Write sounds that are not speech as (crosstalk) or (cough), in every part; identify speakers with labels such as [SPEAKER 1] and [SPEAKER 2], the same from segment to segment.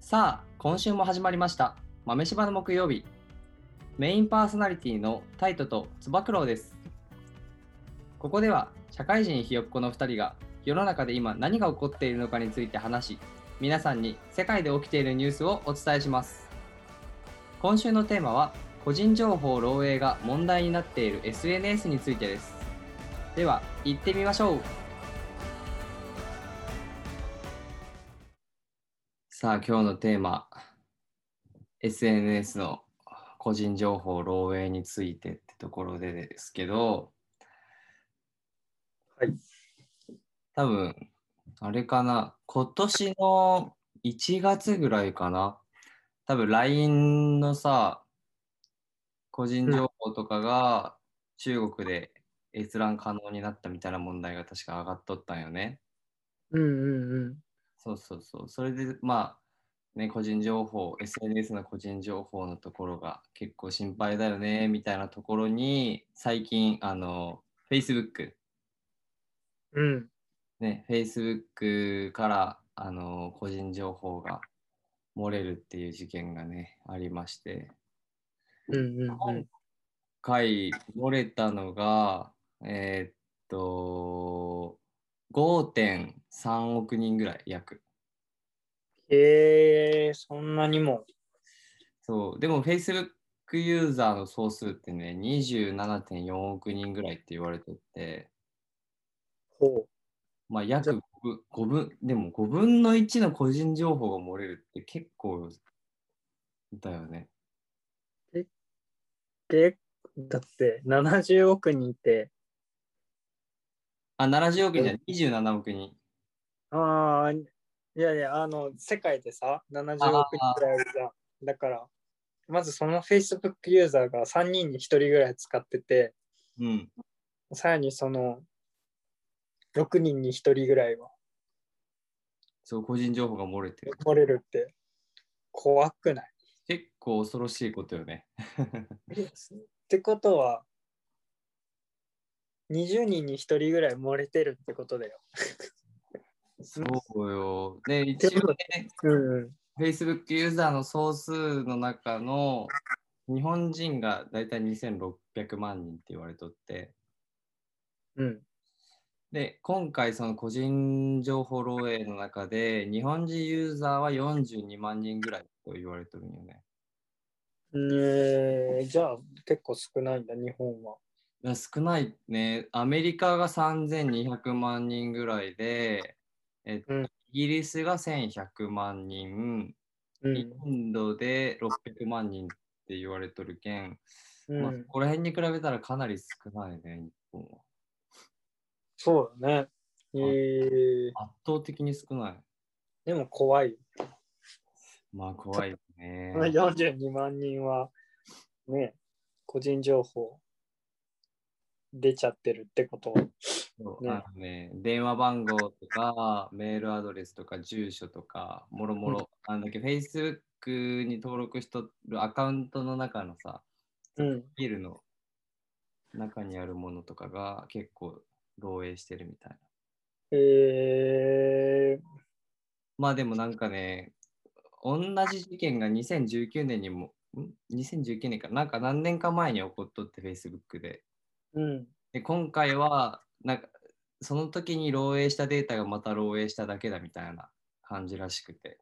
[SPEAKER 1] さあ、今週も始まりました。豆柴の木曜日。メインパーソナリティのタイトとつば九郎です。ここでは、社会人ひよっこの2人が、世の中で今何が起こっているのかについて話し、皆さんに世界で起きているニュースをお伝えします。今週のテーマは、個人情報漏洩が問題になっている SNS についてです。では、行ってみましょう。さあ今日のテーマ SNS の個人情報漏洩についてってところでですけど
[SPEAKER 2] はい
[SPEAKER 1] 多分あれかな今年の1月ぐらいかな多分 LINE のさ個人情報とかが中国で閲覧可能になったみたいな問題が確か上がっとったんよね。
[SPEAKER 2] うんうん
[SPEAKER 1] そうそうそう。それで、まあ、ね、個人情報、SNS の個人情報のところが結構心配だよね、みたいなところに、最近、あの、Facebook、
[SPEAKER 2] うん。うん。
[SPEAKER 1] ね、Facebook から、あの、個人情報が漏れるっていう事件がね、ありまして、
[SPEAKER 2] うんうんうん
[SPEAKER 1] 今。回漏れたのが、えーっと、5.3億人ぐらい、約。
[SPEAKER 2] へえー、そんなにも。
[SPEAKER 1] そう、でも Facebook ユーザーの総数ってね、27.4億人ぐらいって言われてて、
[SPEAKER 2] ほ
[SPEAKER 1] まあ約5分、でも5分の1の個人情報が漏れるって結構だよね。
[SPEAKER 2] う。で、だって70億人いて、
[SPEAKER 1] あ、70億人じゃない27億人。
[SPEAKER 2] ああ、いやいや、あの、世界でさ、70億人くらいいるじゃん。だから、まずその Facebook ユーザーが3人に1人ぐらい使ってて、
[SPEAKER 1] うん。
[SPEAKER 2] さらにその、6人に1人ぐらいは
[SPEAKER 1] そう、個人情報が漏れてる。
[SPEAKER 2] 漏れるって、怖くない
[SPEAKER 1] 結構恐ろしいことよね。
[SPEAKER 2] ってことは、20人に1人ぐらい漏れてるってことだよ。
[SPEAKER 1] そうよ。で、一応ね、
[SPEAKER 2] うん。
[SPEAKER 1] Facebook ユーザーの総数の中の日本人がだいたい2600万人って言われとって、
[SPEAKER 2] うん。
[SPEAKER 1] で、今回その個人情報漏洩の中で、日本人ユーザーは42万人ぐらいと言われてるんよね。
[SPEAKER 2] えー、じゃあ結構少ないんだ、日本は。
[SPEAKER 1] いや少ないね。アメリカが3200万人ぐらいで、えっと
[SPEAKER 2] うん
[SPEAKER 1] イギリスが1100万人、
[SPEAKER 2] うん
[SPEAKER 1] インドで600万人って言われとるけん、
[SPEAKER 2] う
[SPEAKER 1] まあ、
[SPEAKER 2] ん
[SPEAKER 1] ここら辺に比べたらかなり少ないね、日本は。
[SPEAKER 2] そうだね。えー、
[SPEAKER 1] 圧倒的に少ない。
[SPEAKER 2] でも怖い。
[SPEAKER 1] まあ、怖いね。
[SPEAKER 2] 42万人は、ね、個人情報出ちゃってるってこと。
[SPEAKER 1] そう
[SPEAKER 2] ね
[SPEAKER 1] あのね、電話番号とか、メールアドレスとか、住所とか、もろもろ、あんだけ Facebook に登録しとるアカウントの中のさ、
[SPEAKER 2] うん。
[SPEAKER 1] ビルの中にあるものとかが結構漏洩してるみたいな。
[SPEAKER 2] えー、
[SPEAKER 1] まあでもなんかね、同じ事件が2019年にも、ん ?2019 年か、なんか何年か前に起こっとって、Facebook で。
[SPEAKER 2] うん。
[SPEAKER 1] で今回はなんかその時に漏洩したデータがまた漏洩しただけだみたいな感じらしくて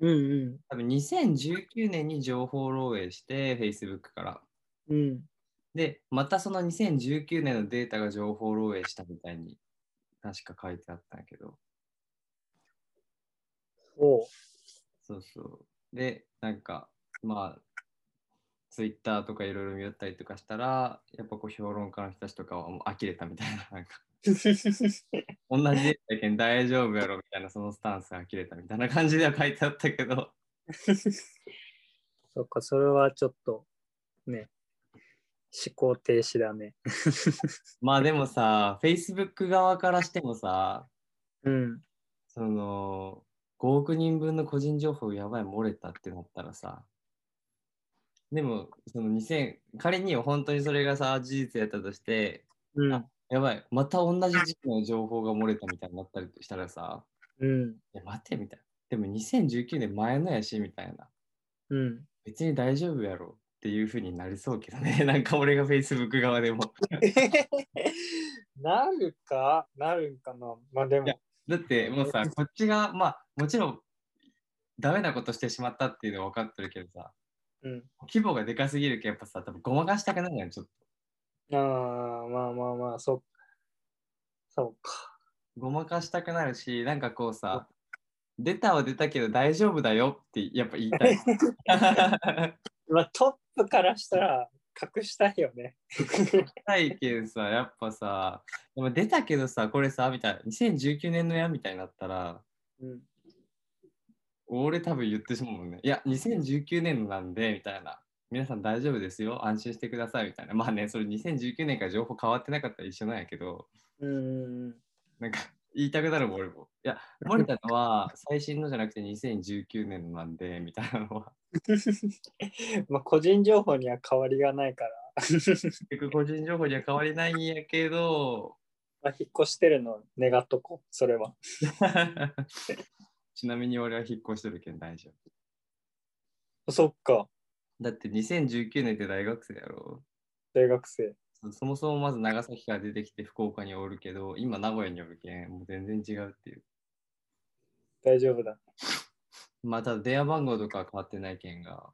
[SPEAKER 2] うんう
[SPEAKER 1] 多分2019年に情報漏洩して Facebook から
[SPEAKER 2] ん。うん。
[SPEAKER 1] でまたその2019年のデータが情報漏洩したみたいに確か書いてあったんやけど
[SPEAKER 2] おう。
[SPEAKER 1] そうそうでなんかまあ Twitter とかいろいろ見よったりとかしたらやっぱこう評論家の人たちとかはもう呆れたみたいななんか (laughs) 同じデータやけん大丈夫やろみたいなそのスタンスが切れたみたいな感じでは書いてあったけど (laughs)
[SPEAKER 2] そっか、それはちょっと、ね、思考停止だね。
[SPEAKER 1] まあでもさ Facebook 側からしてもさ
[SPEAKER 2] うん。
[SPEAKER 1] その5億人分の個人情報やばい漏れたってなったらさでもその2000仮に本当にそれがさ事実やったとして
[SPEAKER 2] うん。
[SPEAKER 1] やばいまた同じ時期の情報が漏れたみたいになったりしたらさ
[SPEAKER 2] うん。
[SPEAKER 1] いや待てみたいなでも2019年前のやし、みたいな。
[SPEAKER 2] うん。
[SPEAKER 1] 別に大丈夫やろっていうふうになりそうけどね。 (laughs) なんか俺が Facebook 側でも。
[SPEAKER 2] (laughs) なるかなるんかなまあで
[SPEAKER 1] いや
[SPEAKER 2] も。
[SPEAKER 1] だってもうさ、こっちが、まあもちろんダメなことしてしまったっていうのは分かってるけどさ、
[SPEAKER 2] うん。
[SPEAKER 1] 規模がでかすぎるけどやっぱさ、多分ごまかしたくなるやん、ちょっと。
[SPEAKER 2] ああ、まあまあまあ、そそうか。
[SPEAKER 1] ごまかしたくなるし、なんかこうさ、出たは出たけど大丈夫だよってやっぱ言い (laughs) たい。
[SPEAKER 2] まあトップからしたら隠したいよね。
[SPEAKER 1] 体験さ、やっぱさ、でも出たけどさ、これさ、みたいな、2019年のやみたいになったら、
[SPEAKER 2] うん。
[SPEAKER 1] 俺多分言ってしまうもんね。いや、2019年のなんで、みたいな。皆さん大丈夫ですよ。安心してください、みたいな。まあね、それ2019年から情報変わってなかったら一緒なんやけど、
[SPEAKER 2] うん。
[SPEAKER 1] なんか言いたくなるもん、俺も。いや、森田のは最新のじゃなくて2019年のなんで、みたいなのは。
[SPEAKER 2] まあ個人情報には変わりがないから。
[SPEAKER 1] 結局個人情報には変わりないんやけど、 (laughs)
[SPEAKER 2] まあ引っ越してるのを願っとこう、それは。
[SPEAKER 1] ちなみに俺は引っ越してるけん大丈夫。
[SPEAKER 2] そっか、
[SPEAKER 1] だって2019年って大学生やろ。
[SPEAKER 2] 大学生。
[SPEAKER 1] そそもそもまず長崎から出てきて福岡におるけど、今名古屋におるけん、もう全然違うっていう。
[SPEAKER 2] 大丈夫だ。
[SPEAKER 1] まあ、ただ電話番号とかは変わってないけんが、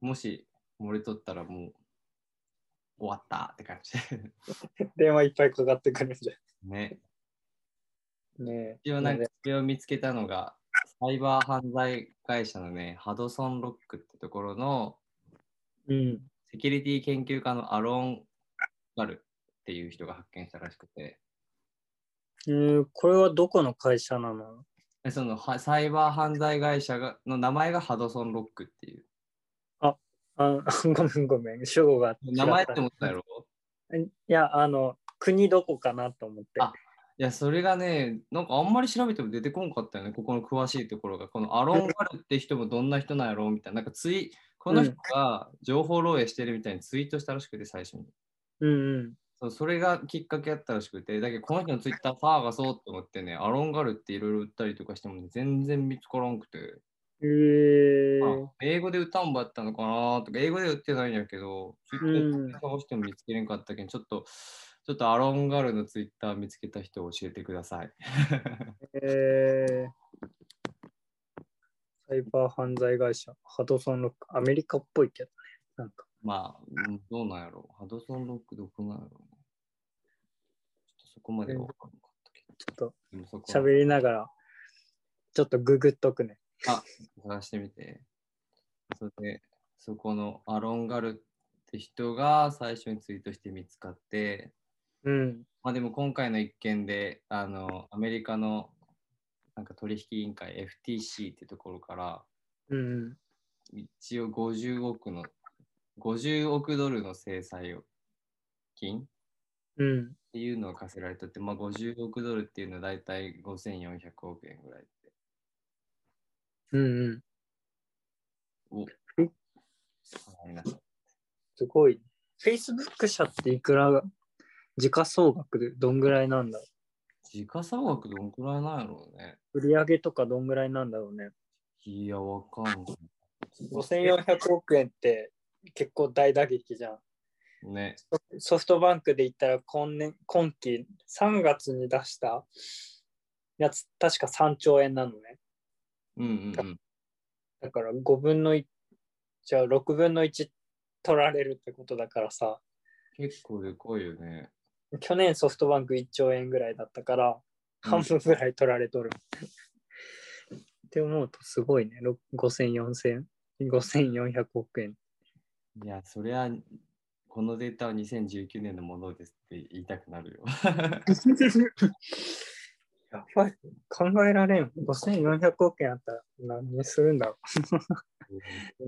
[SPEAKER 1] もし漏れとったらもう終わったって感じ。 (laughs)
[SPEAKER 2] 電話いっぱいかかってくるんじ
[SPEAKER 1] ね。
[SPEAKER 2] ゃん。ねえ。
[SPEAKER 1] 一応なんかそれを見つけたのが、サイバー犯罪会社のね、ハドソンロックってところの
[SPEAKER 2] うん。
[SPEAKER 1] セキュリティ研究家のアロン・ガルっていう人が発見したらしくて、
[SPEAKER 2] えーこれはどこの会社なの
[SPEAKER 1] でそのはサイバー犯罪会社がの名前がハドソンロックっていう。
[SPEAKER 2] あ (laughs) ごめんごめん、主語が違った
[SPEAKER 1] 名前って思ったやろ
[SPEAKER 2] いや、あの、国どこかなと思って。
[SPEAKER 1] あいや、それがね、なんかあんまり調べても出てこんかったよね、ここの詳しいところが。このアロン・ガルって人もどんな人なんやろみたいな。なんかツイ、この人が情報漏洩してるみたいにツイートしたらしくて、最初に。
[SPEAKER 2] うんうん。
[SPEAKER 1] そうそれがきっかけやったらしくて、だけどこの人のツイッター探そうと思ってね、アロン・ガルっていろいろ売ったりとかしても、ね、全然見つからんくて、
[SPEAKER 2] えー
[SPEAKER 1] あ、英語で歌うんばやったのかなとか、英語で売ってないんやけど、ツイッター探しても見つけれんかったけん、ちょっと、ちょっとアロン・ガルのツイッター見つけた人を教えてください。
[SPEAKER 2] えーサイバー犯罪会社、ハドソンロック、アメリカっぽいけどね。なんか、
[SPEAKER 1] まあ、うんどうなんやろう。ハドソンロックどこなんやろうね。ちょっとそこまでは分かんなかったけ
[SPEAKER 2] ちょっと
[SPEAKER 1] ど。でもそこは
[SPEAKER 2] 喋りながら、ちょっとググっとくね。
[SPEAKER 1] 探してみて。それで、そこのアロンガルって人が最初にツイートして見つかって、
[SPEAKER 2] うん。
[SPEAKER 1] まあでも今回の一件で、あの、アメリカのなんか取引委員会 FTC ってところから、
[SPEAKER 2] うんうん。
[SPEAKER 1] 一応50億の、50億ドルの制裁を金
[SPEAKER 2] う
[SPEAKER 1] っ
[SPEAKER 2] ん。
[SPEAKER 1] ていうのが課せられたって、まあ、50億ドルっていうのは大体5400億円ぐらいって。
[SPEAKER 2] うんうん。
[SPEAKER 1] お
[SPEAKER 2] え
[SPEAKER 1] 皆さん
[SPEAKER 2] すごい。Facebook 社っていくらが、時価総額でどんぐらいなんだろ
[SPEAKER 1] 時価総額どんくらいなんやろうね。
[SPEAKER 2] う売り上げとかどんぐらいなんだろうね。
[SPEAKER 1] いや、わかんない。
[SPEAKER 2] 5400億円って結構大打撃じゃん。
[SPEAKER 1] ね。
[SPEAKER 2] ソフトバンクで言ったら今年、今期3月に出したやつ、確か3兆円なのね。
[SPEAKER 1] うんうん
[SPEAKER 2] だから5分の1、じゃあ6分の1取られるってことだからさ、
[SPEAKER 1] うん。結構でかいよね。
[SPEAKER 2] 去年ソフトバンク1兆円ぐらいだったから、半分ぐらい取られとる。って思うとすごいね。ろ5000、4000、5400億 (laughs) 円。
[SPEAKER 1] いや、そりゃ、このデータは2019年のものですって言いたくなるよ。
[SPEAKER 2] やばい。考えられん。5400億円あったら何するんだろ
[SPEAKER 1] だ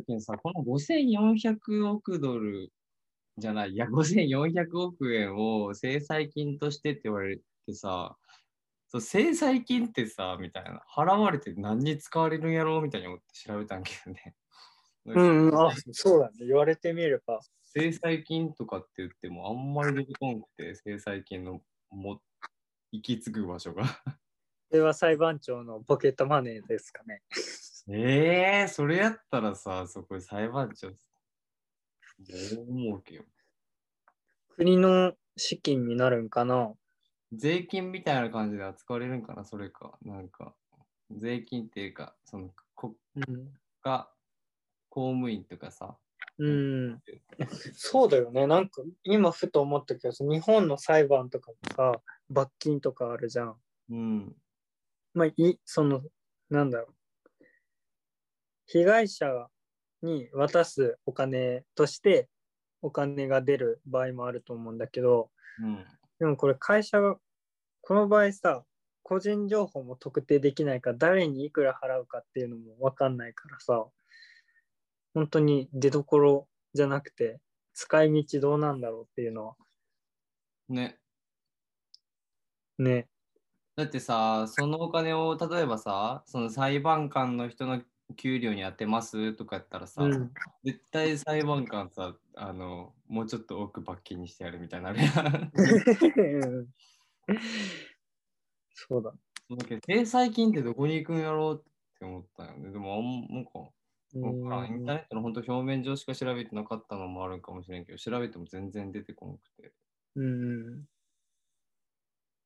[SPEAKER 1] けどさこの5400億ドルじゃない、いや、5400億円を制裁金としてって言われてさ、そう制裁金ってさ、みたいな、払われて何に使われるんやろうみたいに思って調べたんけどね。
[SPEAKER 2] う。うんうん。あ、そうだね。言われてみれば。
[SPEAKER 1] 制裁金とかって言っても、あんまり出てこなくて、制裁金のも行き着く場所が。
[SPEAKER 2] れは裁判長のポケットマネーですかね。
[SPEAKER 1] ええそれやったらさ、そこで裁判長。大儲けよ。
[SPEAKER 2] 国の資金になるんかな
[SPEAKER 1] 税金みたいな感じで扱われるんかな、それか。なんか、税金っていうか、その国
[SPEAKER 2] うん。
[SPEAKER 1] 家公務員とかさ。
[SPEAKER 2] うん。そうだよね。なんか今ふと思ったけどさ、日本の裁判とかもさ、罰金とかあるじゃん。
[SPEAKER 1] うん。
[SPEAKER 2] まあ、いその、なんだろう。被害者に渡すお金としてお金が出る場合もあると思うんだけど、
[SPEAKER 1] うん。
[SPEAKER 2] でもこれ会社が、この場合さ、個人情報も特定できないから、誰にいくら払うかっていうのも分かんないからさ、本当に出どころじゃなくて、使い道どうなんだろうっていうのは
[SPEAKER 1] ね。 (laughs)
[SPEAKER 2] ね。
[SPEAKER 1] だってさ、そのお金を例えばさ、その裁判官の人の給料に当てますとかやったらさ、
[SPEAKER 2] うん、
[SPEAKER 1] 絶対裁判官さ、あの、もうちょっと多く罰金にしてやるみたいになるや
[SPEAKER 2] (laughs)
[SPEAKER 1] ん。
[SPEAKER 2] うんそうだ。
[SPEAKER 1] そうだけど、制裁金ってどこに行くんやろうって思ったよね。でも、あんなんか、僕らインターネットの本当表面上しか調べてなかったのもあるんかもしれんけど、調べても全然出てこなくて、
[SPEAKER 2] うん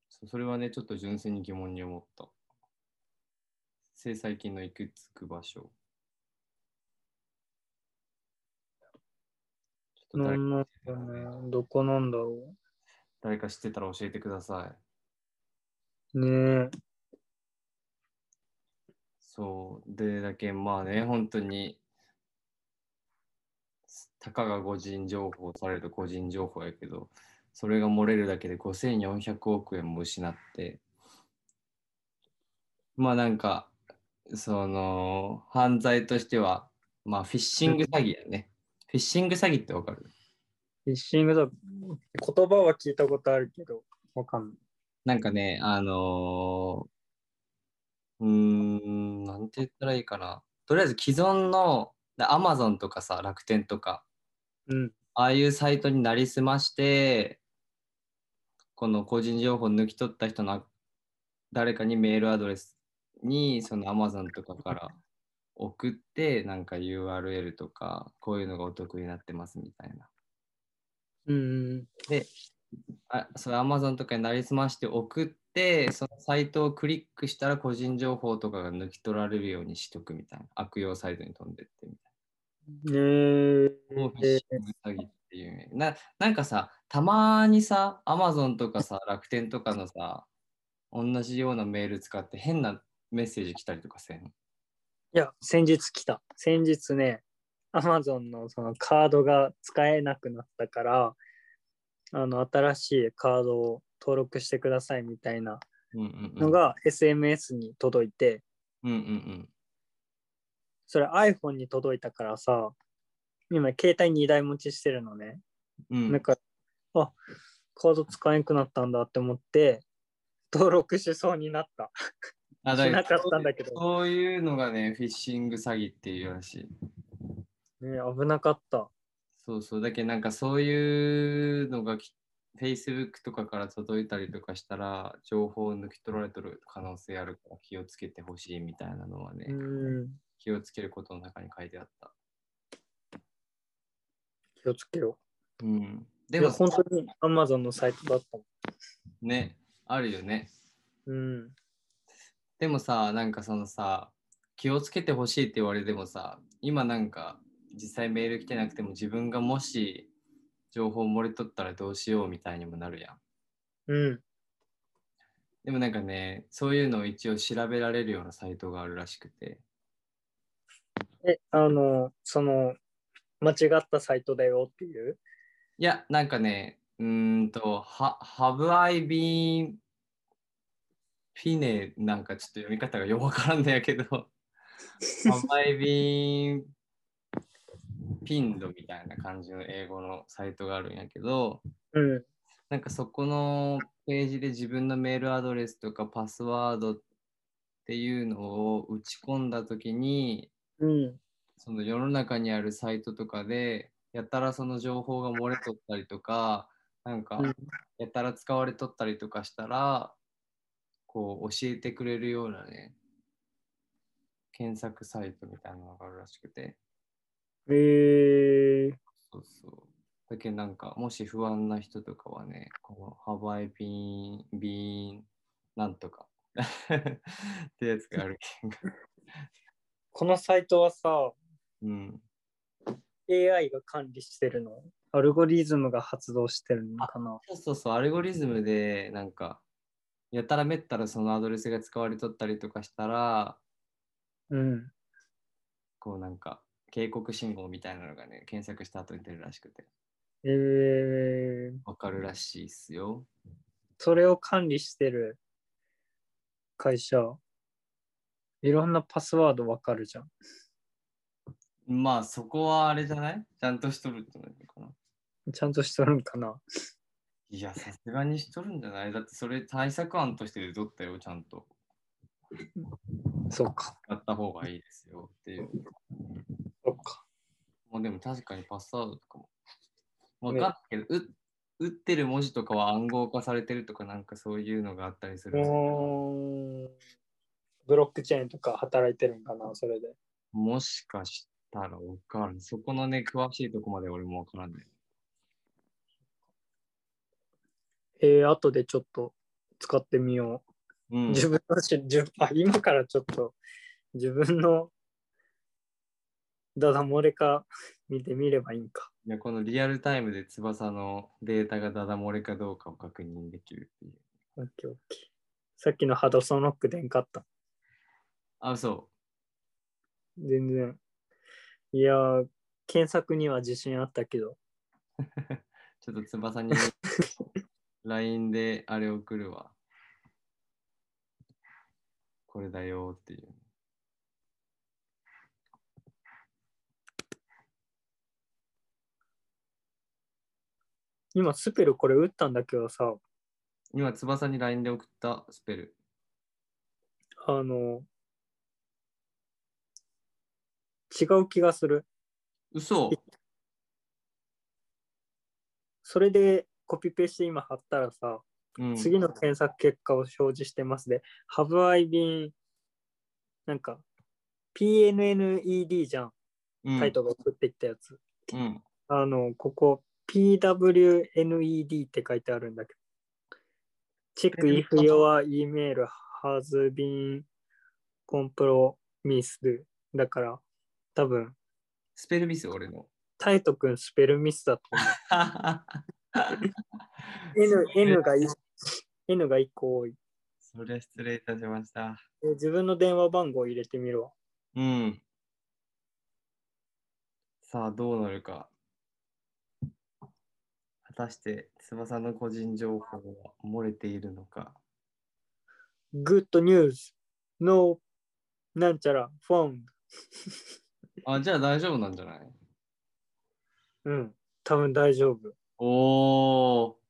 [SPEAKER 1] そそれはね、ちょっと純粋に疑問に思った。制裁金の行くつく場所。ちょっと
[SPEAKER 2] な
[SPEAKER 1] 誰か
[SPEAKER 2] んなんだろうね。どこなんだろ
[SPEAKER 1] 誰か知ってたら教えてください。
[SPEAKER 2] う。ねえ。
[SPEAKER 1] そう。で、だけんまあね、本当に、たかが個人情報される個人情報やけど、それが漏れるだけで5400億円も失って、まあなんか、その、犯罪としては、まあフィッシング詐欺やね。フィッシング詐欺ってわかる
[SPEAKER 2] フィッシングだ。言葉は聞いたことあるけど、わかんない。
[SPEAKER 1] なんかね、あのーうーん、なんて言ったらいいかな。とりあえず既存の Amazon とかさ、楽天とか、
[SPEAKER 2] うん。
[SPEAKER 1] ああいうサイトになりすまして、この個人情報抜き取った人の誰かにメールアドレスに、その Amazon とかから
[SPEAKER 2] (laughs)
[SPEAKER 1] 送って、なんか URL とか、こういうのがお得になってますみたいな。
[SPEAKER 2] うん。
[SPEAKER 1] あそれ Amazon とかになりすまして送って、そのサイトをクリックしたら個人情報とかが抜き取られるようにしとくみたいな。悪用サイトに飛んでってみた
[SPEAKER 2] ねえ。
[SPEAKER 1] いな。もうフィッシング詐欺っていうねな。なんかさ、たまにさ、Amazon とかさ、 (laughs) 楽天とかのさ、同じようなメール使って変なメッセージ来たりとかせん。
[SPEAKER 2] いや、先日来た。先日ね、Amazon のそのカードが使えなくなったから、あの、新しいカードを登録してくださいみたいな
[SPEAKER 1] うんうんうん。
[SPEAKER 2] のが SMS に届いて、
[SPEAKER 1] うんうん
[SPEAKER 2] それ iPhone に届いたからさ、今携帯2台持ちしてるのね。
[SPEAKER 1] うん。うん
[SPEAKER 2] なんか、あカード使えなくなったんだって思って、登録しそうになった。
[SPEAKER 1] あ
[SPEAKER 2] し
[SPEAKER 1] だ
[SPEAKER 2] なか
[SPEAKER 1] か
[SPEAKER 2] っ
[SPEAKER 1] ら
[SPEAKER 2] たんだけど、
[SPEAKER 1] そういうのがね、フィッシング詐欺っていうらしい。
[SPEAKER 2] ね、危なかった。
[SPEAKER 1] そうそう。だけどなんかそういうのがき Facebook とかから届いたりとかしたら、情報を抜き取られとる可能性あるから気をつけてほしいみたいなのはね、
[SPEAKER 2] うん、
[SPEAKER 1] 気をつけることの中に書いてあった。
[SPEAKER 2] 気をつけよ
[SPEAKER 1] うん。
[SPEAKER 2] う。
[SPEAKER 1] で
[SPEAKER 2] いや、
[SPEAKER 1] も、
[SPEAKER 2] 本当に Amazon のサイトだったも
[SPEAKER 1] ね、あるよね。
[SPEAKER 2] ん。うん。
[SPEAKER 1] でもさ、なんかそのさ、気をつけてほしいって言われてもさ、今なんか実際メール来てなくても自分がもし情報漏れとったらどうしようみたいにもなるやん。
[SPEAKER 2] うん。
[SPEAKER 1] でもなんかね、そういうのを一応調べられるようなサイトがあるらしくて。
[SPEAKER 2] え、あの、その、間違ったサイトだよっていう。
[SPEAKER 1] いや、なんかね、うーんと、は Have I been フィネなんかちょっと読み方がよくわからんのやけど、Have I been ピンドみたいな感じの英語のサイトがあるんやけど、
[SPEAKER 2] うん。
[SPEAKER 1] なんかそこのページで自分のメールアドレスとかパスワードっていうのを打ち込んだときに、
[SPEAKER 2] うん。
[SPEAKER 1] その世の中にあるサイトとかでやたらその情報が漏れとったりとかなんか
[SPEAKER 2] うん
[SPEAKER 1] やたら使われとったりとかしたらこう教えてくれるようなね、検索サイトみたいなのがあるらしくて、
[SPEAKER 2] えー、
[SPEAKER 1] そうそう。だけどなんか、もし不安な人とかはね、このハワイビーン、ビーン、なんとか (laughs) ってやつがあるけんが。
[SPEAKER 2] このサイトはさ、
[SPEAKER 1] うん。
[SPEAKER 2] AI が管理してるのアルゴリズムが発動してるのかな
[SPEAKER 1] そうそうそう、アルゴリズムで、なんか、やたらめったらそのアドレスが使われとったりとかしたら、
[SPEAKER 2] うん。
[SPEAKER 1] こうなんか、警告信号みたいなのがね、検索した後に出るらしくて、
[SPEAKER 2] えー、
[SPEAKER 1] わかるらしいっすよ。
[SPEAKER 2] それを管理してる会社、いろんなパスワードわかるじゃん。
[SPEAKER 1] まあ、そこはあれじゃないちゃんとしとるんじゃないのかな。
[SPEAKER 2] ちゃんとしとるんかない
[SPEAKER 1] や、さすがにしとるんじゃないだってそれ対策案として出とったよ、ちゃんと。
[SPEAKER 2] そうか、
[SPEAKER 1] やった方がいいですよっていう。
[SPEAKER 2] そうか。
[SPEAKER 1] もうでも確かにパスワードとかも。わかんないけど、う打ってる文字とかは暗号化されてるとかなんかそういうのがあったりす
[SPEAKER 2] う
[SPEAKER 1] る。
[SPEAKER 2] ーん。ブロックチェーンとか働いてるんかな、それで。
[SPEAKER 1] もしかしたらわかる。そこのね、詳しいとこまで俺もわからんね。
[SPEAKER 2] えー、後でちょっと使ってみよ
[SPEAKER 1] う
[SPEAKER 2] う。
[SPEAKER 1] ん。
[SPEAKER 2] 自分のし、自分あ、今からちょっと自分のダダ漏れか見てみればいいんか。
[SPEAKER 1] いやこのリアルタイムで翼のデータがダダ漏れかどうかを確認できるっていう。
[SPEAKER 2] オッケーオッケー。さっきのハドソンロックでんかった。
[SPEAKER 1] あ、そ
[SPEAKER 2] 全然。いやー、検索には自信あったけど。
[SPEAKER 1] う。ちょっと翼
[SPEAKER 2] (laughs)
[SPEAKER 1] に LINE であれ送るわ。これだよっていう。
[SPEAKER 2] 今、スペルこれ打ったんだけどさ、
[SPEAKER 1] 今、翼に LINE で送ったスペル。
[SPEAKER 2] あの、違う気がする。
[SPEAKER 1] 嘘
[SPEAKER 2] それでコピペして今貼ったらさ、
[SPEAKER 1] うん。
[SPEAKER 2] 次の検索結果を表示してますで、Have I been なんか PNNED じゃん、タイトルが送っていったやつ。
[SPEAKER 1] うん。うん。
[SPEAKER 2] あの、ここ PWNED って書いてあるんだけど、Check if your email has been compromised だから、多分、
[SPEAKER 1] スペルミス、俺
[SPEAKER 2] (laughs)
[SPEAKER 1] の。
[SPEAKER 2] タイト君スペルミスだと思う。N, N がい N が1個多い。
[SPEAKER 1] それ失礼いたしました。
[SPEAKER 2] え自分の電話番号入れてみるわ。
[SPEAKER 1] うん。さあ、どうなるか。果たして、翼の個人情報は漏れているのか。
[SPEAKER 2] Good news, no なんちゃら found。
[SPEAKER 1] あ、じゃあ大丈夫なんじゃない
[SPEAKER 2] うん、多分大丈夫。
[SPEAKER 1] おお。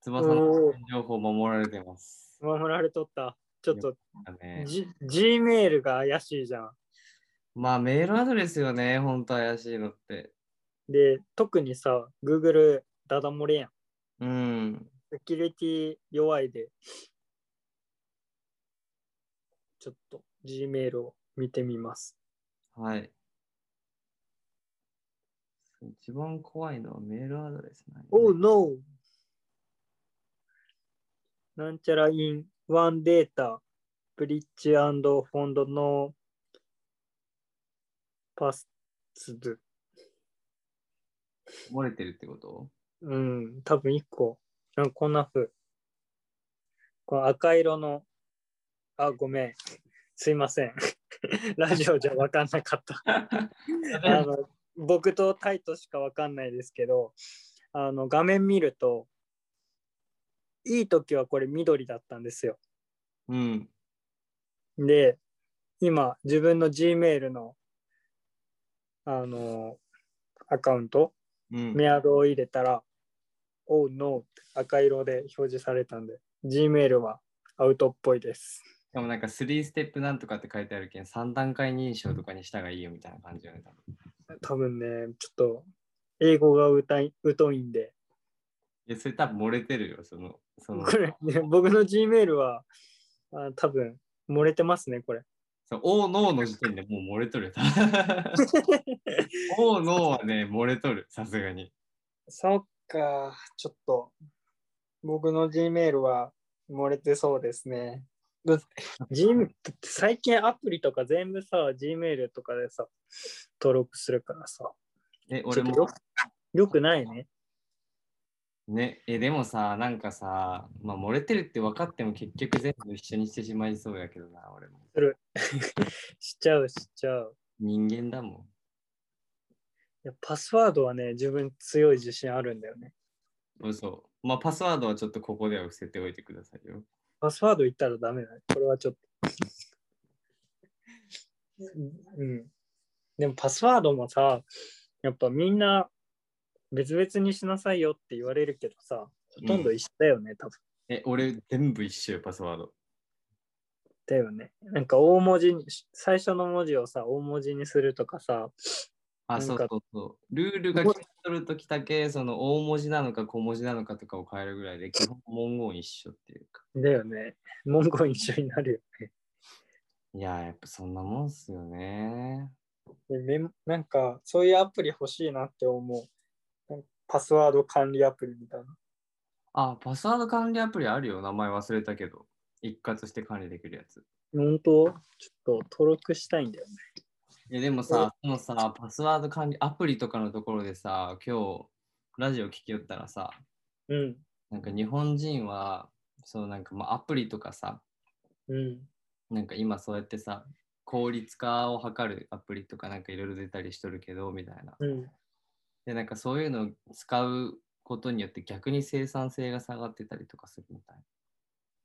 [SPEAKER 1] 翼の個人情報守られてます。
[SPEAKER 2] 守られとった。ちょっと、
[SPEAKER 1] だね、
[SPEAKER 2] G、Gmail が怪しいじゃん。
[SPEAKER 1] まあ、メールアドレスよね、本当怪しいのって。
[SPEAKER 2] で、特にさ、Google ダダ漏れやん。
[SPEAKER 1] うん。
[SPEAKER 2] セキュリティ弱いで、ちょっと Gmail を見てみます。
[SPEAKER 1] はい。一番怖いのはメールアドレスなんよね
[SPEAKER 2] Oh no! なんちゃら in one data bridge and fond no pass
[SPEAKER 1] 漏れてるってこと
[SPEAKER 2] うん、多分一個。なんかこんな風。この赤色の、あ、ごめん。すいません。 (laughs) ラジオじゃ分かんなかった。あの僕とタイトしか分かんないですけどあの画面見るといい時はこれ緑だったんですよ
[SPEAKER 1] うん。
[SPEAKER 2] で今自分の Gmail のあのアカウント
[SPEAKER 1] うん。
[SPEAKER 2] メアドを入れたら「Oh no」って赤色で表示されたんで Gmail はアウトっぽいです
[SPEAKER 1] しかもなんか3ステップなんとかって書いてあるけん、3段階認証とかにしたがいいよみたいな感じよね。多分
[SPEAKER 2] 多分ねちょっと英語がうたい疎いんで
[SPEAKER 1] いやそれ多分漏れてるよ、その、その
[SPEAKER 2] こ、れ、ね、僕の G メールは、あ多分漏れてますね、これ。
[SPEAKER 1] そのおーノーの時点でもう漏れとるよ。多 (laughs) 分おーノーはね、漏れとる、さすがに。
[SPEAKER 2] そっか、ちょっと、僕の G メールは漏れてそうですね。だって G だって最近アプリとか全部さ、G メールとかでさ、登録するからさ、
[SPEAKER 1] え、俺
[SPEAKER 2] ちょ
[SPEAKER 1] も
[SPEAKER 2] っと。よよくないね。
[SPEAKER 1] (laughs) ね、え、でもさ、なんかさ、まあ、漏れてるって分かっても結局全部一緒にしてしまいそうやけどな、俺も。
[SPEAKER 2] しちゃう、しちゃう。
[SPEAKER 1] 人間だも
[SPEAKER 2] いやパスワードはね、自分強い自信あるんだよね。
[SPEAKER 1] ん。嘘。まあ、パスワードはちょっとここでは伏せておいてくださいよ。
[SPEAKER 2] パスワード言ったらダメだね。これはちょっと。
[SPEAKER 1] (laughs)
[SPEAKER 2] うん。でもパスワードもさ、やっぱみんな別々にしなさいよって言われるけどさ、ほとんど一緒だよね、多分。
[SPEAKER 1] え、俺、全部一緒よ、パスワード。
[SPEAKER 2] だよね。なんか大文字に、最初の文字をさ、大文字にするとかさ、
[SPEAKER 1] あ、
[SPEAKER 2] な
[SPEAKER 1] そ
[SPEAKER 2] ん
[SPEAKER 1] う
[SPEAKER 2] か
[SPEAKER 1] そうそう。ルールが決まるときだけ、その大文字なのか小文字なのかとかを変えるぐらいで、基本文言一緒っていうか。
[SPEAKER 2] だよね。文言一緒になるよね。
[SPEAKER 1] いやー、やっぱそんなもんっすよね。
[SPEAKER 2] でメモなんか、そういうアプリ欲しいなって思う。なんかパスワード管理アプリみたいな。
[SPEAKER 1] あ、パスワード管理アプリあるよ。名前忘れたけど。一括して管理できるやつ。
[SPEAKER 2] 本当ちょっと登録したいんだよね。
[SPEAKER 1] いやでもさ、そのさ、パスワード管理アプリとかのところでさ、今日ラジオ聞きよったらさ、
[SPEAKER 2] うん。
[SPEAKER 1] なんか日本人は、そうなんかまあアプリとかさ、
[SPEAKER 2] うん。
[SPEAKER 1] なんか今そうやってさ、効率化を図るアプリとかなんかいろいろ出たりしとるけど、みたいな。
[SPEAKER 2] うん。
[SPEAKER 1] で、なんかそういうのを使うことによって逆に生産性が下がってたりとかするみたい。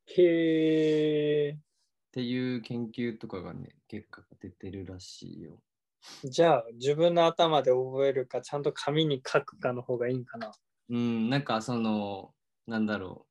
[SPEAKER 1] っ
[SPEAKER 2] へえ。
[SPEAKER 1] ていう研究とかがね、結果が出てるらしいよ。
[SPEAKER 2] じゃあ、自分の頭で覚えるか、ちゃんと紙に書くかの方がいいんかな。
[SPEAKER 1] うん、なんかその、なんだろう。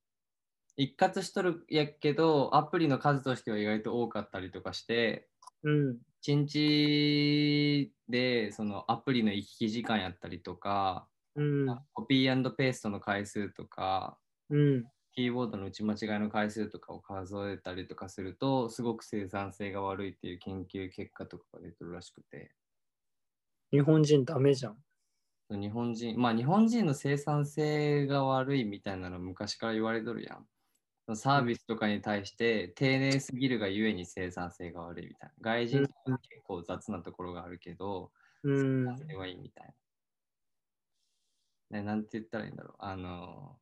[SPEAKER 1] 一括しとるやけど、アプリの数としては意外と多かったりとかして、
[SPEAKER 2] うん。
[SPEAKER 1] 1日でそのアプリの行き来時間やったりとか、
[SPEAKER 2] うん。
[SPEAKER 1] コピーペーストの回数とか、
[SPEAKER 2] うん。
[SPEAKER 1] キーボードの打ち間違いの回数とかを数えたりとかすると、すごく生産性が悪いっていう研究結果とかが出てるらしくて、
[SPEAKER 2] 日本人ダメじゃん。
[SPEAKER 1] 日本人、まあ日本人の生産性が悪いみたいなの昔から言われとるやん。そのサービスとかに対して丁寧すぎるがゆえに生産性が悪いみたいな。外人とかは結構雑なところがあるけど、
[SPEAKER 2] うん。
[SPEAKER 1] それはいいみたいな。ね、なんて言ったらいいんだろう。あの、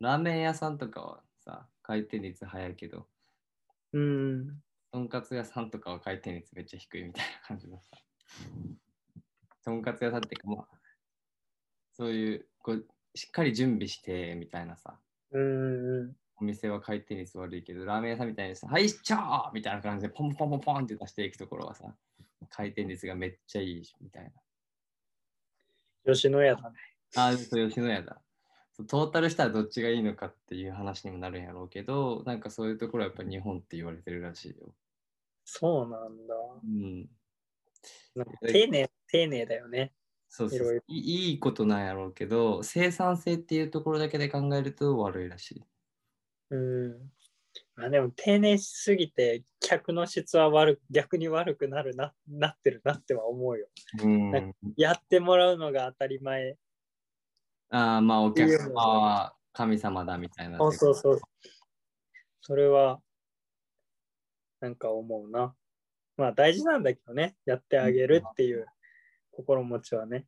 [SPEAKER 1] ラーメン屋さんとかはさ、回転率早いけど、
[SPEAKER 2] うん。
[SPEAKER 1] とんかつ屋さんとかは回転率めっちゃ低いみたいな感じのさ。とんかつ屋さんっていうか、まあ、そういう、こう、しっかり準備してみたいなさ。
[SPEAKER 2] うん。
[SPEAKER 1] お店は回転率悪いけど、ラーメン屋さんみたいにさ、はい、しちゃーみたいな感じで、ポンポンポンポンって出していくところはさ、回転率がめっちゃいいみたいな。
[SPEAKER 2] 吉野家だね。
[SPEAKER 1] ああ、そう、吉野家だ。そうトータルしたらどっちがいいのかっていう話にもなるんやろうけど、なんかそういうところはやっぱ日本って言われてるらしいよ。
[SPEAKER 2] そうなんだ。
[SPEAKER 1] うん。
[SPEAKER 2] なんか丁寧、丁寧だよね。
[SPEAKER 1] そうそう
[SPEAKER 2] いろい
[SPEAKER 1] そう
[SPEAKER 2] ろ
[SPEAKER 1] いい。いいことなんやろうけど、生産性っていうところだけで考えると悪いらしい。
[SPEAKER 2] うん。まあでも、丁寧しすぎて、客の質は悪く、逆に悪くなるな、なってるなっては思うよ。
[SPEAKER 1] うん。
[SPEAKER 2] なんやってもらうのが当たり前
[SPEAKER 1] ああ、まあお客
[SPEAKER 2] いいよ
[SPEAKER 1] 様は神様だみたいな。
[SPEAKER 2] そうそうそう。それは、なんか思うな。まあ大事なんだけどね、やってあげるっていう心持ちはね。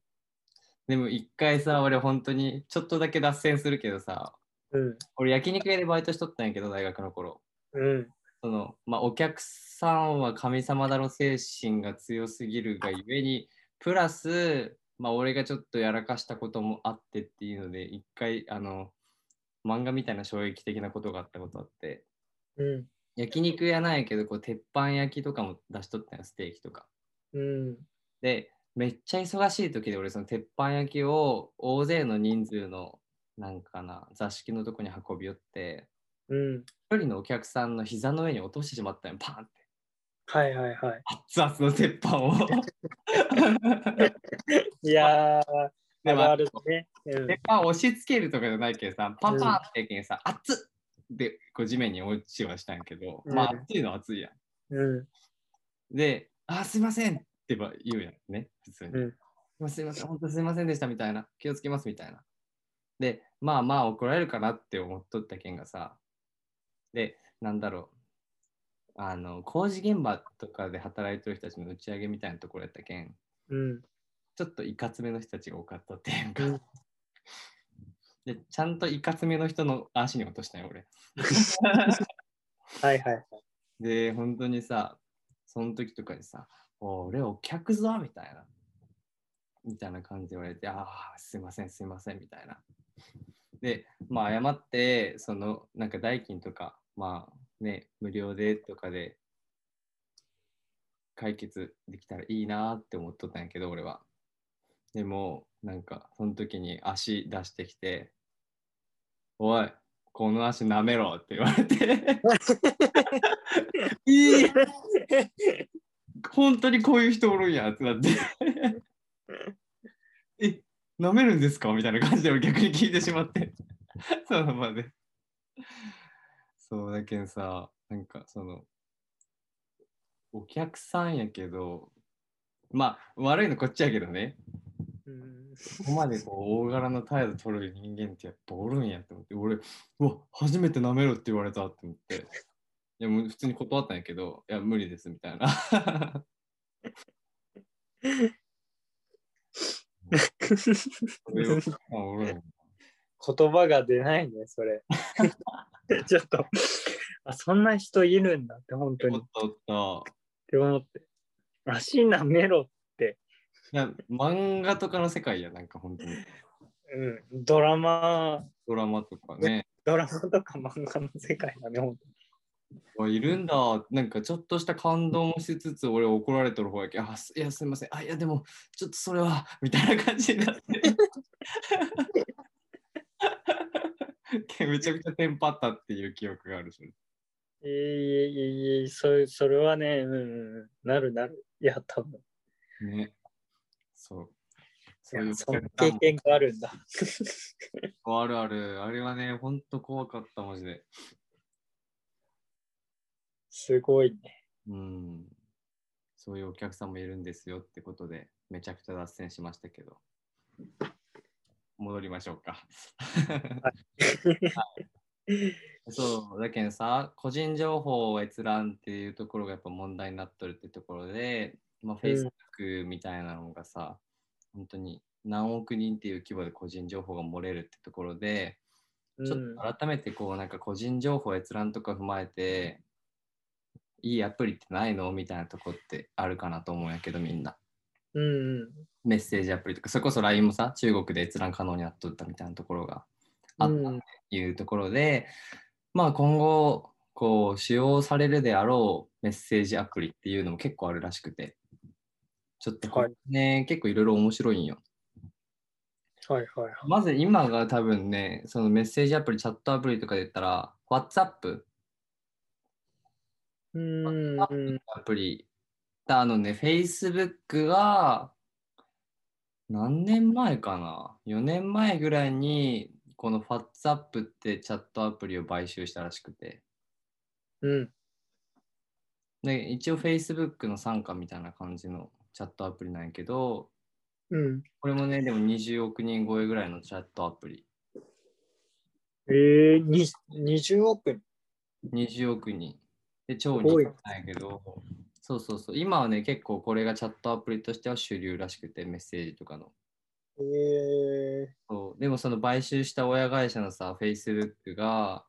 [SPEAKER 1] でも一回さ、俺本当にちょっとだけ脱線するけどさ、
[SPEAKER 2] うん、
[SPEAKER 1] 俺焼肉屋でバイトしとったんやけど、大学の頃。
[SPEAKER 2] うん、
[SPEAKER 1] そのまあ、お客さんは神様だろ精神が強すぎるがゆえにプラス、まあ、俺がちょっとやらかしたこともあってっていうので一回あの漫画みたいな衝撃的なことがあったことあって
[SPEAKER 2] うん、
[SPEAKER 1] 焼肉屋なんやけどこう鉄板焼きとかも出しとったんやステーキとか
[SPEAKER 2] うん、
[SPEAKER 1] でめっちゃ忙しい時で俺その鉄板焼きを大勢の人数のなんかな座敷のとこに運び寄って
[SPEAKER 2] うん。
[SPEAKER 1] 一人のお客さんの膝の上に落としてしまったんよパンって。
[SPEAKER 2] はいはいはい。
[SPEAKER 1] 熱々の鉄板を。
[SPEAKER 2] いやー、
[SPEAKER 1] で
[SPEAKER 2] ある
[SPEAKER 1] も
[SPEAKER 2] あるね。うん
[SPEAKER 1] ペッパー押し付けるとかじゃないけどさ、パンパンってけんさ、熱っで、こう地面に落ちはしたんやけど、まあ
[SPEAKER 2] うん
[SPEAKER 1] 熱いのは熱いや。
[SPEAKER 2] うん
[SPEAKER 1] で、あ、すいませんってば言うやんね、普通に。
[SPEAKER 2] んうん
[SPEAKER 1] まあすいません、本当すいませんでしたみたいな、気をつけますみたいな。で、まあまあ怒られるかなって思っとったけんがさ、で、なんだろう、あの、工事現場とかで働いてる人たちの打ち上げみたいなところやったけん、
[SPEAKER 2] うん
[SPEAKER 1] ちょっといかつめの人たちが多かったっていうん
[SPEAKER 2] う
[SPEAKER 1] か
[SPEAKER 2] ん。
[SPEAKER 1] で、ちゃんといかつめの人の足に落としたよ、
[SPEAKER 2] (laughs)
[SPEAKER 1] 俺。
[SPEAKER 2] はいはい
[SPEAKER 1] で、本当にさ、その時とかにさ、お俺お客ぞみたいな。みたいな感じで言われて、ああ、すいません、すいません、みたいな。で、まあ、謝って、その、なんか代金とか、まあね、無料でとかで解決できたらいいなーって思っとったんやけど、俺は。でも、なんか、その時に足出してきて、おい、この足舐めろって言われて、いい (laughs) 本当にこういう人おるんやってなって。 (laughs) え、舐めるんですかみたいな感じで俺逆に聞いてしまって。 (laughs) その場で。そうだけんさ、なんかその、お客さんやけど、まあ悪いのこっちやけどね、
[SPEAKER 2] うん
[SPEAKER 1] ここまでこう大柄な態度取る人間ってやっぱおるんやって思って、俺、うわ、初めて舐めろって言われたって思って、いや、もう普通に断ったんやけど、いや、無理ですみた (laughs) いな。そういうお客さんおるんや
[SPEAKER 2] (laughs) 言葉が出ないねそれ (laughs) ちょっとあそんな人いるんだって本当に
[SPEAKER 1] お
[SPEAKER 2] っ
[SPEAKER 1] ったおって
[SPEAKER 2] 思って足舐めろ
[SPEAKER 1] た。いや、漫画とかの世界や、なんか本当に。
[SPEAKER 2] うんドラマ
[SPEAKER 1] ドラマとかね。
[SPEAKER 2] ドラマとか漫画の世界だね本
[SPEAKER 1] わいるんだ。なんかちょっとした感動もしつつ、俺怒られてる方やけんあ、すいや、すいません。あ、いや、でも、ちょっとそれは、みたいな感じに
[SPEAKER 2] (laughs)
[SPEAKER 1] なって。けんめちゃくちゃテンパったっていう記憶があるそれ
[SPEAKER 2] 当にいえいえいえいえそうそれはねうんうんうんなるなるいや多分
[SPEAKER 1] ね。そう。
[SPEAKER 2] い
[SPEAKER 1] そ
[SPEAKER 2] や
[SPEAKER 1] ういう
[SPEAKER 2] その
[SPEAKER 1] お客さ
[SPEAKER 2] 経
[SPEAKER 1] んも
[SPEAKER 2] 験があるん
[SPEAKER 1] あ
[SPEAKER 2] だ (laughs)
[SPEAKER 1] るある。あれはね、ほんと怖かった、マジで。
[SPEAKER 2] すごいね
[SPEAKER 1] うん、そういうお客さんもいるんですよってことで、めちゃくちゃ脱線しましたけど、戻りましょうか。 (laughs) そう、だけどさ、個人情報を閲覧っていうところがやっぱ問題になっとるってところで、まあ、
[SPEAKER 2] うん
[SPEAKER 1] Facebook みたいなのがさ、本当に何億人っていう規模で個人情報が漏れるってところで、
[SPEAKER 2] う
[SPEAKER 1] ちょ
[SPEAKER 2] ん
[SPEAKER 1] っと改めてこうなんか個人情報閲覧とか踏まえていいアプリってないのみたいなとこってあるかなと思うんやけどみんな
[SPEAKER 2] うんうん
[SPEAKER 1] メッセージアプリとかそれこそ LINE もさ中国で閲覧可能になっとったみたいなところがあった
[SPEAKER 2] うん
[SPEAKER 1] っていうところで、まあ今後こう使用されるであろうメッセージアプリっていうのも結構あるらしくてちょっとこれね、結構いろいろ面白いんよ
[SPEAKER 2] はいはいはい
[SPEAKER 1] まず今が多分ね、そのメッセージアプリ、チャットアプリとかで言ったら、WhatsApp
[SPEAKER 2] うんうん
[SPEAKER 1] アプリ、あのね、Facebook が何年前かな ?4 年前ぐらいに、この WhatsApp ってチャットアプリを買収したらしくて、
[SPEAKER 2] うん
[SPEAKER 1] で一応 Facebook の傘下みたいな感じのチャットアプリなんやけど、
[SPEAKER 2] うん
[SPEAKER 1] これもね、でも20億人超えぐらいのチャットアプリ、
[SPEAKER 2] ええに20億
[SPEAKER 1] 20億人。で、超
[SPEAKER 2] す
[SPEAKER 1] 人
[SPEAKER 2] ご
[SPEAKER 1] 気
[SPEAKER 2] い
[SPEAKER 1] なんやけど、そうそうそう、今はね、結構これがチャットアプリとしては主流らしくて、メッセージとかの。
[SPEAKER 2] ええ
[SPEAKER 1] そうでもその買収した親会社のさ、Facebook が、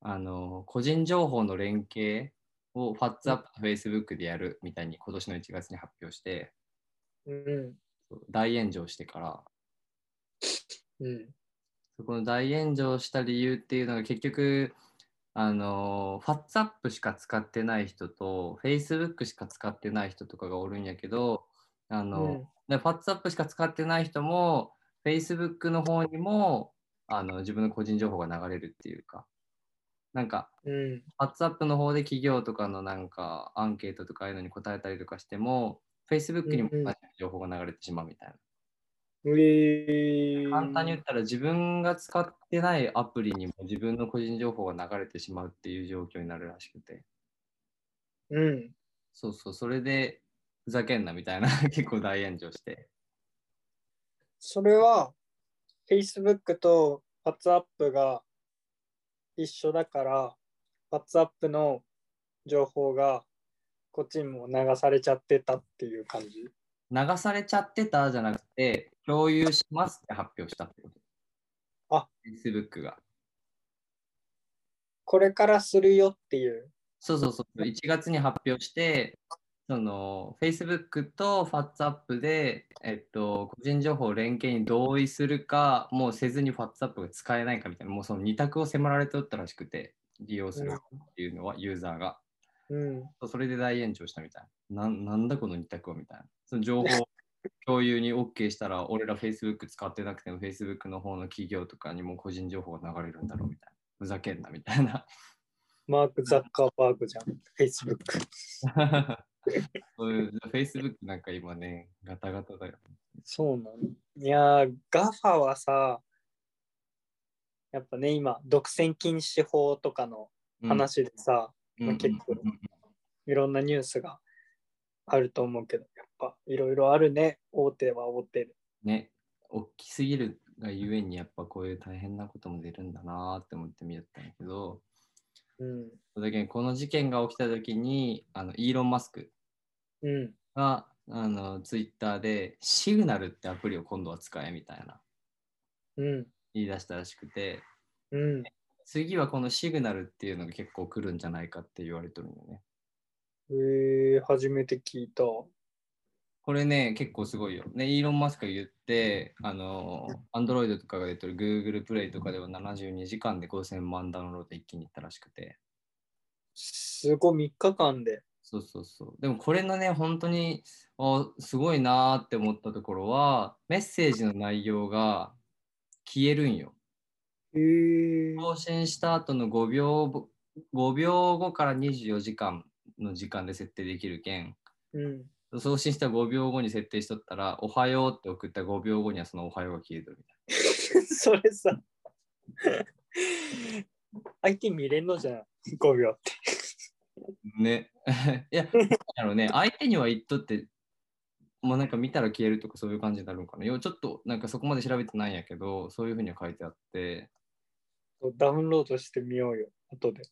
[SPEAKER 1] あの、個人情報の連携を WhatsApp と Facebook でやるみたいに今年の1月に発表して、
[SPEAKER 2] うん
[SPEAKER 1] そう大炎上してから、
[SPEAKER 2] うん
[SPEAKER 1] そこの大炎上した理由っていうのが結局、あの、WhatsApp しか使ってない人と、Facebook しか使ってない人とかがおるんやけど、あの、で、WhatsApp しか使ってない人も、Facebook の方にもあの自分の個人情報が流れるっていうか、なんか、
[SPEAKER 2] うん
[SPEAKER 1] WhatsApp の方で企業とかのなんかアンケートとかああいうのに答えたりとかしても、Facebook にも
[SPEAKER 2] うんうん
[SPEAKER 1] 同じ情報が流れてしまうみたいな。
[SPEAKER 2] うえー、
[SPEAKER 1] 簡単に言ったら自分が使ってないアプリにも自分の個人情報が流れてしまうっていう状況になるらしくて
[SPEAKER 2] うん。
[SPEAKER 1] そうそうそれでふざけんなみたいな (laughs) 結構大炎上して
[SPEAKER 2] それは、Facebook と WhatsApp が一緒だから、WhatsApp の情報がこっちにも流されちゃってたっていう感じ。
[SPEAKER 1] 流されちゃってたじゃなくて共有しますって発表したってこと
[SPEAKER 2] あ
[SPEAKER 1] Facebook が
[SPEAKER 2] これからするよっていう。
[SPEAKER 1] そうそうそう、1月に発表して、その Facebook と WhatsApp で、えっと、個人情報連携に同意するか、もうせずに WhatsApp が使えないかみたいな、もうその2択を迫られておったらしくて、利用するっていうのは、ユーザーが。
[SPEAKER 2] うん。
[SPEAKER 1] それで大炎上したみたいな。なんなんだこの2択はみたいな。その情報
[SPEAKER 2] (laughs)
[SPEAKER 1] 共有に OK したら、俺ら Facebook 使ってなくても Facebook の方の企業とかにも個人情報が流れるんだろうみたいな。ふざけんなみたい
[SPEAKER 2] (laughs)
[SPEAKER 1] な。
[SPEAKER 2] マーク・ザッカーバーグじゃん。Facebook。
[SPEAKER 1] そういう Facebook なんか今ね、ガタガタだよ。
[SPEAKER 2] そうなの。いやー、GAFA はさ、やっぱね、今、独占禁止法とかの話でさ、
[SPEAKER 1] うん、
[SPEAKER 2] まあ結構いろんなニュースがあると思うけど、やっぱいろいろあるね、大手は大手で。
[SPEAKER 1] ね、大きすぎるがゆえにやっぱこういう大変なことも出るんだなーって思って見よったんやけど、
[SPEAKER 2] うん。
[SPEAKER 1] だけどこの事件が起きた時に、あのイーロン・マスク
[SPEAKER 2] うん。
[SPEAKER 1] があのツイッターでシグナルってアプリを今度は使えみたいな
[SPEAKER 2] うん。
[SPEAKER 1] 言い出したらしくて、
[SPEAKER 2] うん。
[SPEAKER 1] 次はこのシグナルっていうのが結構来るんじゃないかって言われてるんだよね。
[SPEAKER 2] えー、初めて聞いた。
[SPEAKER 1] これね、結構すごいよ。ね、イーロン・マスクが言って、あの、アンドロイドとかが出てる Google プレイとかでは72時間で5000万ダウンロード一気にいったらしくて。
[SPEAKER 2] すごい3日間で。
[SPEAKER 1] そうそうそう。でもこれのね、本当に、あすごいなーって思ったところは、メッセージの内容が消えるんよ。
[SPEAKER 2] えー、
[SPEAKER 1] 更新した後の5秒ぼ、5秒後から24時間の時間で設定できるけん、
[SPEAKER 2] うん。 (laughs)
[SPEAKER 1] 送信した5秒後に設定しとったら、おはようって送った5秒後にはそのおはようが消えてるみたいな。
[SPEAKER 2] それさ、相手見れんのじゃん、5秒って。
[SPEAKER 1] ね。 (laughs) いや、あのね、相手には言っとって、もうなんか見たら消えるとかそういう感じになるのかな。よちょっとなんかそこまで調べてないんやけど、そういうふうには書いてあって、
[SPEAKER 2] ダウンロードしてみようよ、後で。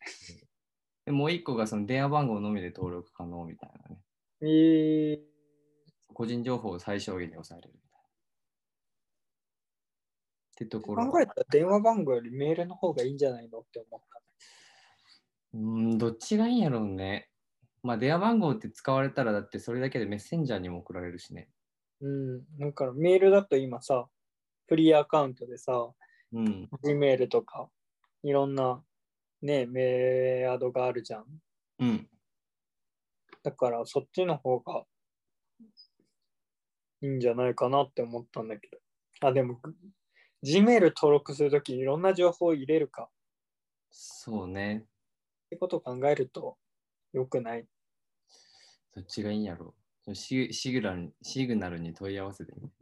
[SPEAKER 1] でもう一個がその電話番号のみで登録可能みたいなね。
[SPEAKER 2] えー、
[SPEAKER 1] 個人情報を最小限に抑えれるみたいな。ってところ。
[SPEAKER 2] 考えたら電話番号よりメールの方がいいんじゃないのって思った。
[SPEAKER 1] うん、どっちがいいんやろうね。まあ電話番号って使われたらだってそれだけでメッセンジャーにも送られるしね。
[SPEAKER 2] うん、だからメールだと今さ、フリーアカウントでさ、
[SPEAKER 1] うん。
[SPEAKER 2] Gmail とか、いろんな、ね、メアドがあるじゃん。
[SPEAKER 1] うん。
[SPEAKER 2] だからそっちの方がいいんじゃないかなって思ったんだけど。あ、でも、Gmail 登録するときいろんな情報を入れるかっ
[SPEAKER 1] そうね。
[SPEAKER 2] てことを考えると良くない。
[SPEAKER 1] どっちがいいんやろうシグシグラルシグナルに問い合わせてみる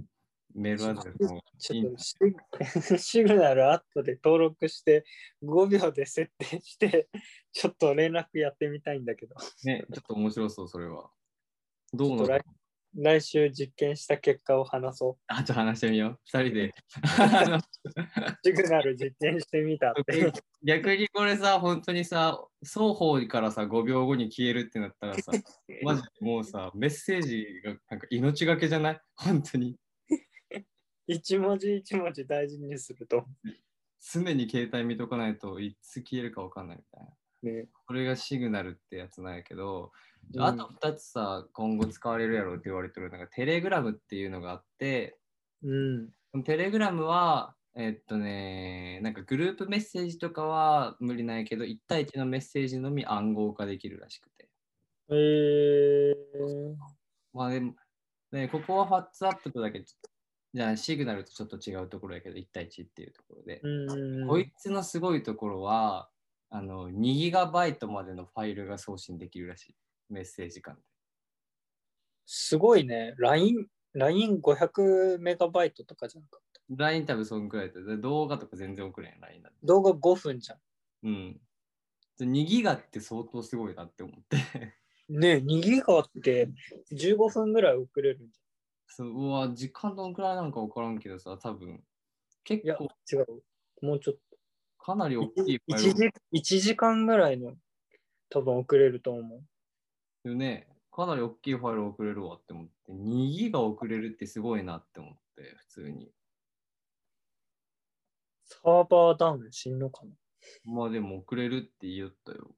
[SPEAKER 1] メールアドレスも
[SPEAKER 2] ちょっとシグ (laughs) シグナルアットで登録して5秒で設定して (laughs) ちょっと連絡やってみたいんだけど
[SPEAKER 1] ね、ちょっと面白そう、それは。どう
[SPEAKER 2] ちょっと
[SPEAKER 1] なの
[SPEAKER 2] 来来週実験した結果を話そ
[SPEAKER 1] あ、ちょっと話してみよう。二人で。
[SPEAKER 2] うシグナル実験してみたって
[SPEAKER 1] (laughs)
[SPEAKER 2] いう
[SPEAKER 1] 逆にこれさ、本当にさ、双方からさ、5秒後に消えるってなったらさ、マジでもうさ、メッセージがなんか命がけじゃない本当に。
[SPEAKER 2] (laughs) 一文字一文字大事にすると、
[SPEAKER 1] 常に携帯見とかないといつ消えるかわかんないみたいな。
[SPEAKER 2] ね
[SPEAKER 1] これがシグナルってやつなんやけど、
[SPEAKER 2] うん
[SPEAKER 1] あと2つさ、今後使われるやろうって言われてるのが、テレグラムっていうのがあって、
[SPEAKER 2] うん、
[SPEAKER 1] テレグラムは、えっとね、なんかグループメッセージとかは無理ないけど、1対1のメッセージのみ暗号化できるらしくて。
[SPEAKER 2] えー、
[SPEAKER 1] まあでも、ね、ここは WhatsApp とだけ、じゃあシグナルとちょっと違うところやけど、1対1っていうところで。
[SPEAKER 2] うん
[SPEAKER 1] こいつのすごいところは、あの 2GB までのファイルが送信できるらしい。メッセージ間で。
[SPEAKER 2] すごいね LINE, LINE500 メガバイトとかじゃなかった。
[SPEAKER 1] LINE 多分そんくらいだった。動画とか全然送れん、LINE だって。
[SPEAKER 2] 動画5分じゃん。
[SPEAKER 1] うん。2ギガって相当すごいなって思って。 (laughs)
[SPEAKER 2] ねえ、2ギガって15分ぐらい遅れるんじ
[SPEAKER 1] そううわ、時間どんくらいなんか分からんけどさ、多分結
[SPEAKER 2] ゃん。いや
[SPEAKER 1] 構、
[SPEAKER 2] 違う。もうちょっ
[SPEAKER 1] かなり大
[SPEAKER 2] と。
[SPEAKER 1] きいファイ
[SPEAKER 2] 1
[SPEAKER 1] ル
[SPEAKER 2] 時 ,1 時間ぐらいの多分遅れると思う。
[SPEAKER 1] よね。かなり大きいファイル送れるわって思って、2ギガ送れるってすごいなって思って、普通に。
[SPEAKER 2] サーバーダウンしんのかな
[SPEAKER 1] まあでも送れるって言ったよ。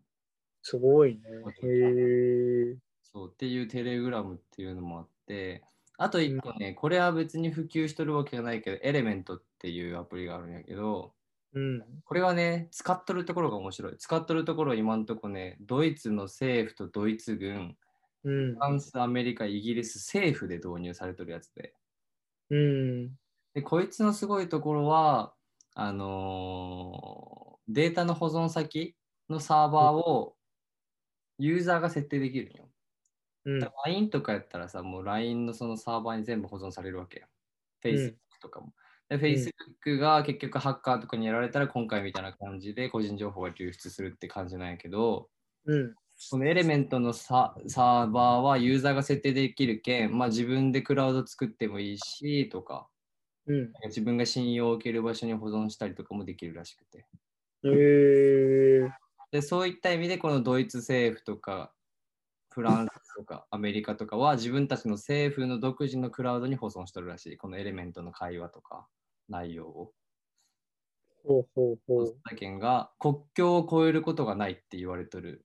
[SPEAKER 2] すごいね。へえ。
[SPEAKER 1] そうっていうテレグラムっていうのもあって、あと一個ね、これは別に普及しとるわけじゃないけど、エレメントっていうアプリがあるんやけど、
[SPEAKER 2] うん。
[SPEAKER 1] これはね、使っとるところが面白い。使っとるところ今んとこね、ドイツの政府とドイツ軍、
[SPEAKER 2] うん
[SPEAKER 1] フ。ランス、アメリカ、イギリス政府で導入されてるやつで。
[SPEAKER 2] うん。
[SPEAKER 1] で、こいつのすごいところは、あのーデータの保存先のサーバーをユーザーが設定できるんよ。
[SPEAKER 2] うん。
[SPEAKER 1] LINE とかやったらさ、もう LINE のそのサーバーに全部保存されるわけよ。
[SPEAKER 2] ん
[SPEAKER 1] Facebook とかも。で Facebook が結局ハッカーとかにやられたら今回みたいな感じで個人情報が流出するって感じなんやけど、
[SPEAKER 2] うん。
[SPEAKER 1] このエレメントのササーバーはユーザーが設定できるけん、まあ自分でクラウド作ってもいいしとか、
[SPEAKER 2] うん。
[SPEAKER 1] 自分が信用を受ける場所に保存したりとかもできるらしくて。
[SPEAKER 2] へえ。
[SPEAKER 1] で、そういった意味で、このドイツ政府とか、フランスとか、アメリカとかは、自分たちの政府の独自のクラウドに保存してるらしい。このエレメントの会話とか、内容を。
[SPEAKER 2] ほうほうほ
[SPEAKER 1] そうう。した県が、国境を越えることがないって言われてる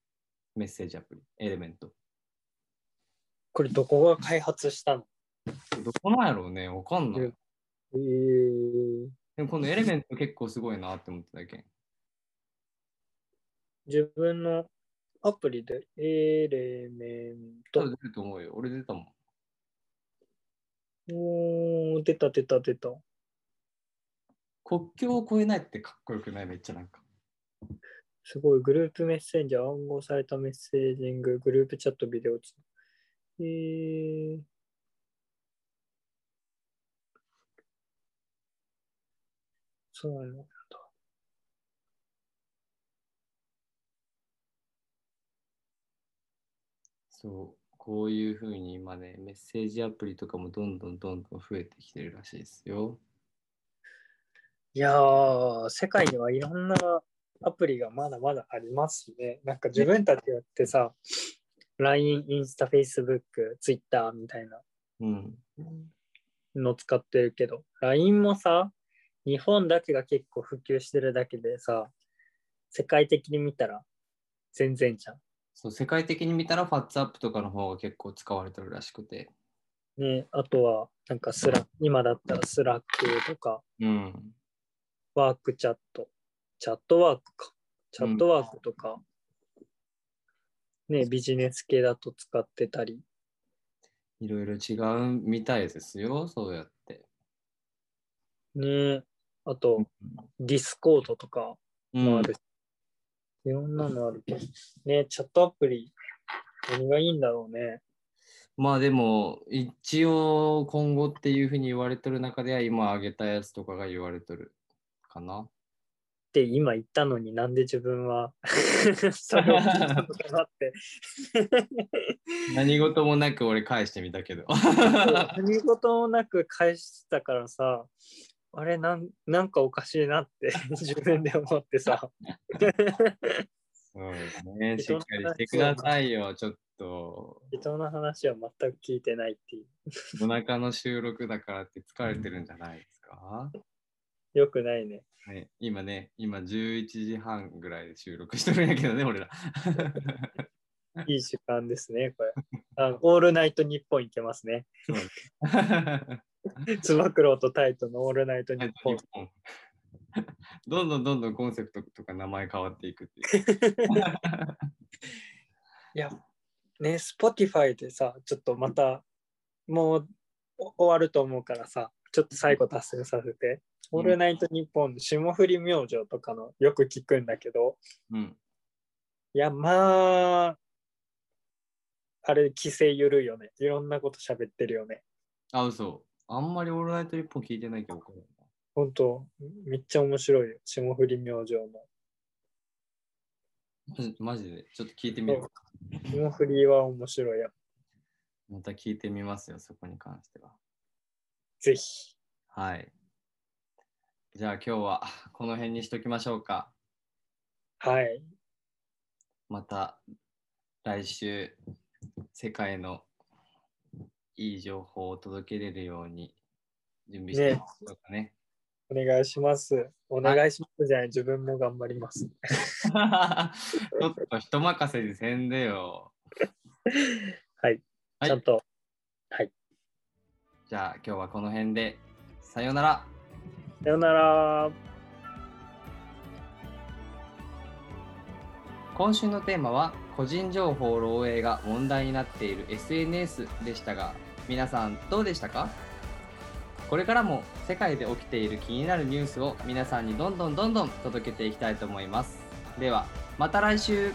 [SPEAKER 1] メッセージアプリ、エレメント。
[SPEAKER 2] これどこが開発したの
[SPEAKER 1] どこなんやろうね、わかんな
[SPEAKER 2] う
[SPEAKER 1] い
[SPEAKER 2] ん。えー、
[SPEAKER 1] でも、このエレメント結構すごいなって思ってたけん。
[SPEAKER 2] 自分のアプリでエレメン
[SPEAKER 1] 多
[SPEAKER 2] ト
[SPEAKER 1] 分。出ると思うよ。俺出たもん。
[SPEAKER 2] おー、出た出た出た。
[SPEAKER 1] 国境を越えないってかっこよくないめっちゃなんか。
[SPEAKER 2] すごい。グループメッセンジャー、暗号されたメッセージング、グループチャット、ビデオ通話。えー、そうなの。
[SPEAKER 1] そう、こういうふうに今ね、メッセージアプリとかもどんどんどんどん増えてきてるらしいですよ。
[SPEAKER 2] いやー、世界にはいろんなアプリがまだまだありますね。なんか自分たちやってさ、LINE、インスタ、Facebook、Twitter みたいな
[SPEAKER 1] うん。
[SPEAKER 2] の使ってるけど、LINE もさ、日本だけが結構普及してるだけでさ、世界的に見たら全然じゃん。
[SPEAKER 1] そう、世界的に見たら WhatsApp とかの方が結構使われてるらしくて。
[SPEAKER 2] ね、あとは、なんかスラ、今だったらスラックとか、
[SPEAKER 1] うん。
[SPEAKER 2] ワークチャット、チャットワークか。チャットワークとか、ね、ビジネス系だと使ってたり、
[SPEAKER 1] いろいろ違うみたいですよ、そうやって。
[SPEAKER 2] ね、あと、ディスコードとか
[SPEAKER 1] うん
[SPEAKER 2] もあるし、いろんなのあるけど、ね、チャットアプリ、何がいいんだろうね。
[SPEAKER 1] まあでも、一応今後っていうふうに言われてる中では、今挙げたやつとかが言われてるかな。
[SPEAKER 2] って今言ったのになんで自分は (laughs) それを聞いたのかなって。
[SPEAKER 1] 何事もなく俺返してみたけど。
[SPEAKER 2] 何事もなく返したからさ、あれなん、なんかおかしいなって自分で思ってさ。
[SPEAKER 1] そうですね、 (laughs) しっかりしてくださいよ、ちょっと。
[SPEAKER 2] 人の話は全く聞いてないっていう。
[SPEAKER 1] 夜中の収録だからって疲れてるんじゃないですか、
[SPEAKER 2] よくないね。
[SPEAKER 1] はい、今ね、今11時半ぐらいで収録してるんやけどね、俺ら。 (laughs)
[SPEAKER 2] いい時間ですね、これ。あオールナイトニッポンいけますね。つば九郎とタイトのオールナイトニッポン。
[SPEAKER 1] どんどんどんどんコンセプトとか名前変わっていくっていう。 (laughs)
[SPEAKER 2] いや、ね、Spotify でさ、ちょっとまた、もうお終わると思うからさ、ちょっと最後達成させて、
[SPEAKER 1] うん
[SPEAKER 2] オールナイトニッポンの霜降り明星とかのよく聞くんだけど、
[SPEAKER 1] うん、
[SPEAKER 2] いや、まあ、あれ、規制緩いよね。いろんなこと喋ってるよね。
[SPEAKER 1] あ、嘘。あんまりオールナイト一本聞いてないけど、これ
[SPEAKER 2] 本当めっちゃ面白いよ。霜降り明星も。
[SPEAKER 1] マジマジで、ちょっと聞いてみようか。
[SPEAKER 2] 霜降りは面白いよ。
[SPEAKER 1] また聞いてみますよ、そこに関しては。
[SPEAKER 2] ぜひ。
[SPEAKER 1] はい。じゃあ今日はこの辺にしときましょうか。
[SPEAKER 2] はい。
[SPEAKER 1] また来週世界のいい情報をお届けれるように準備してますとかね。
[SPEAKER 2] お願いします。お願いしますじゃない、自分も頑張りま
[SPEAKER 1] (laughs)
[SPEAKER 2] す。
[SPEAKER 1] ちょっと人任せにせんでよ。
[SPEAKER 2] はい。
[SPEAKER 1] はい
[SPEAKER 2] ちゃんと、
[SPEAKER 1] じゃあ今日はこの辺でさようなら。
[SPEAKER 2] さよなら。
[SPEAKER 1] 今週のテーマは個人情報漏洩が問題になっている SNS でしたが皆さんどうでしたかこれからも世界で起きている気になるニュースを皆さんにどんどんどんどん届けていきたいと思いますではまた来週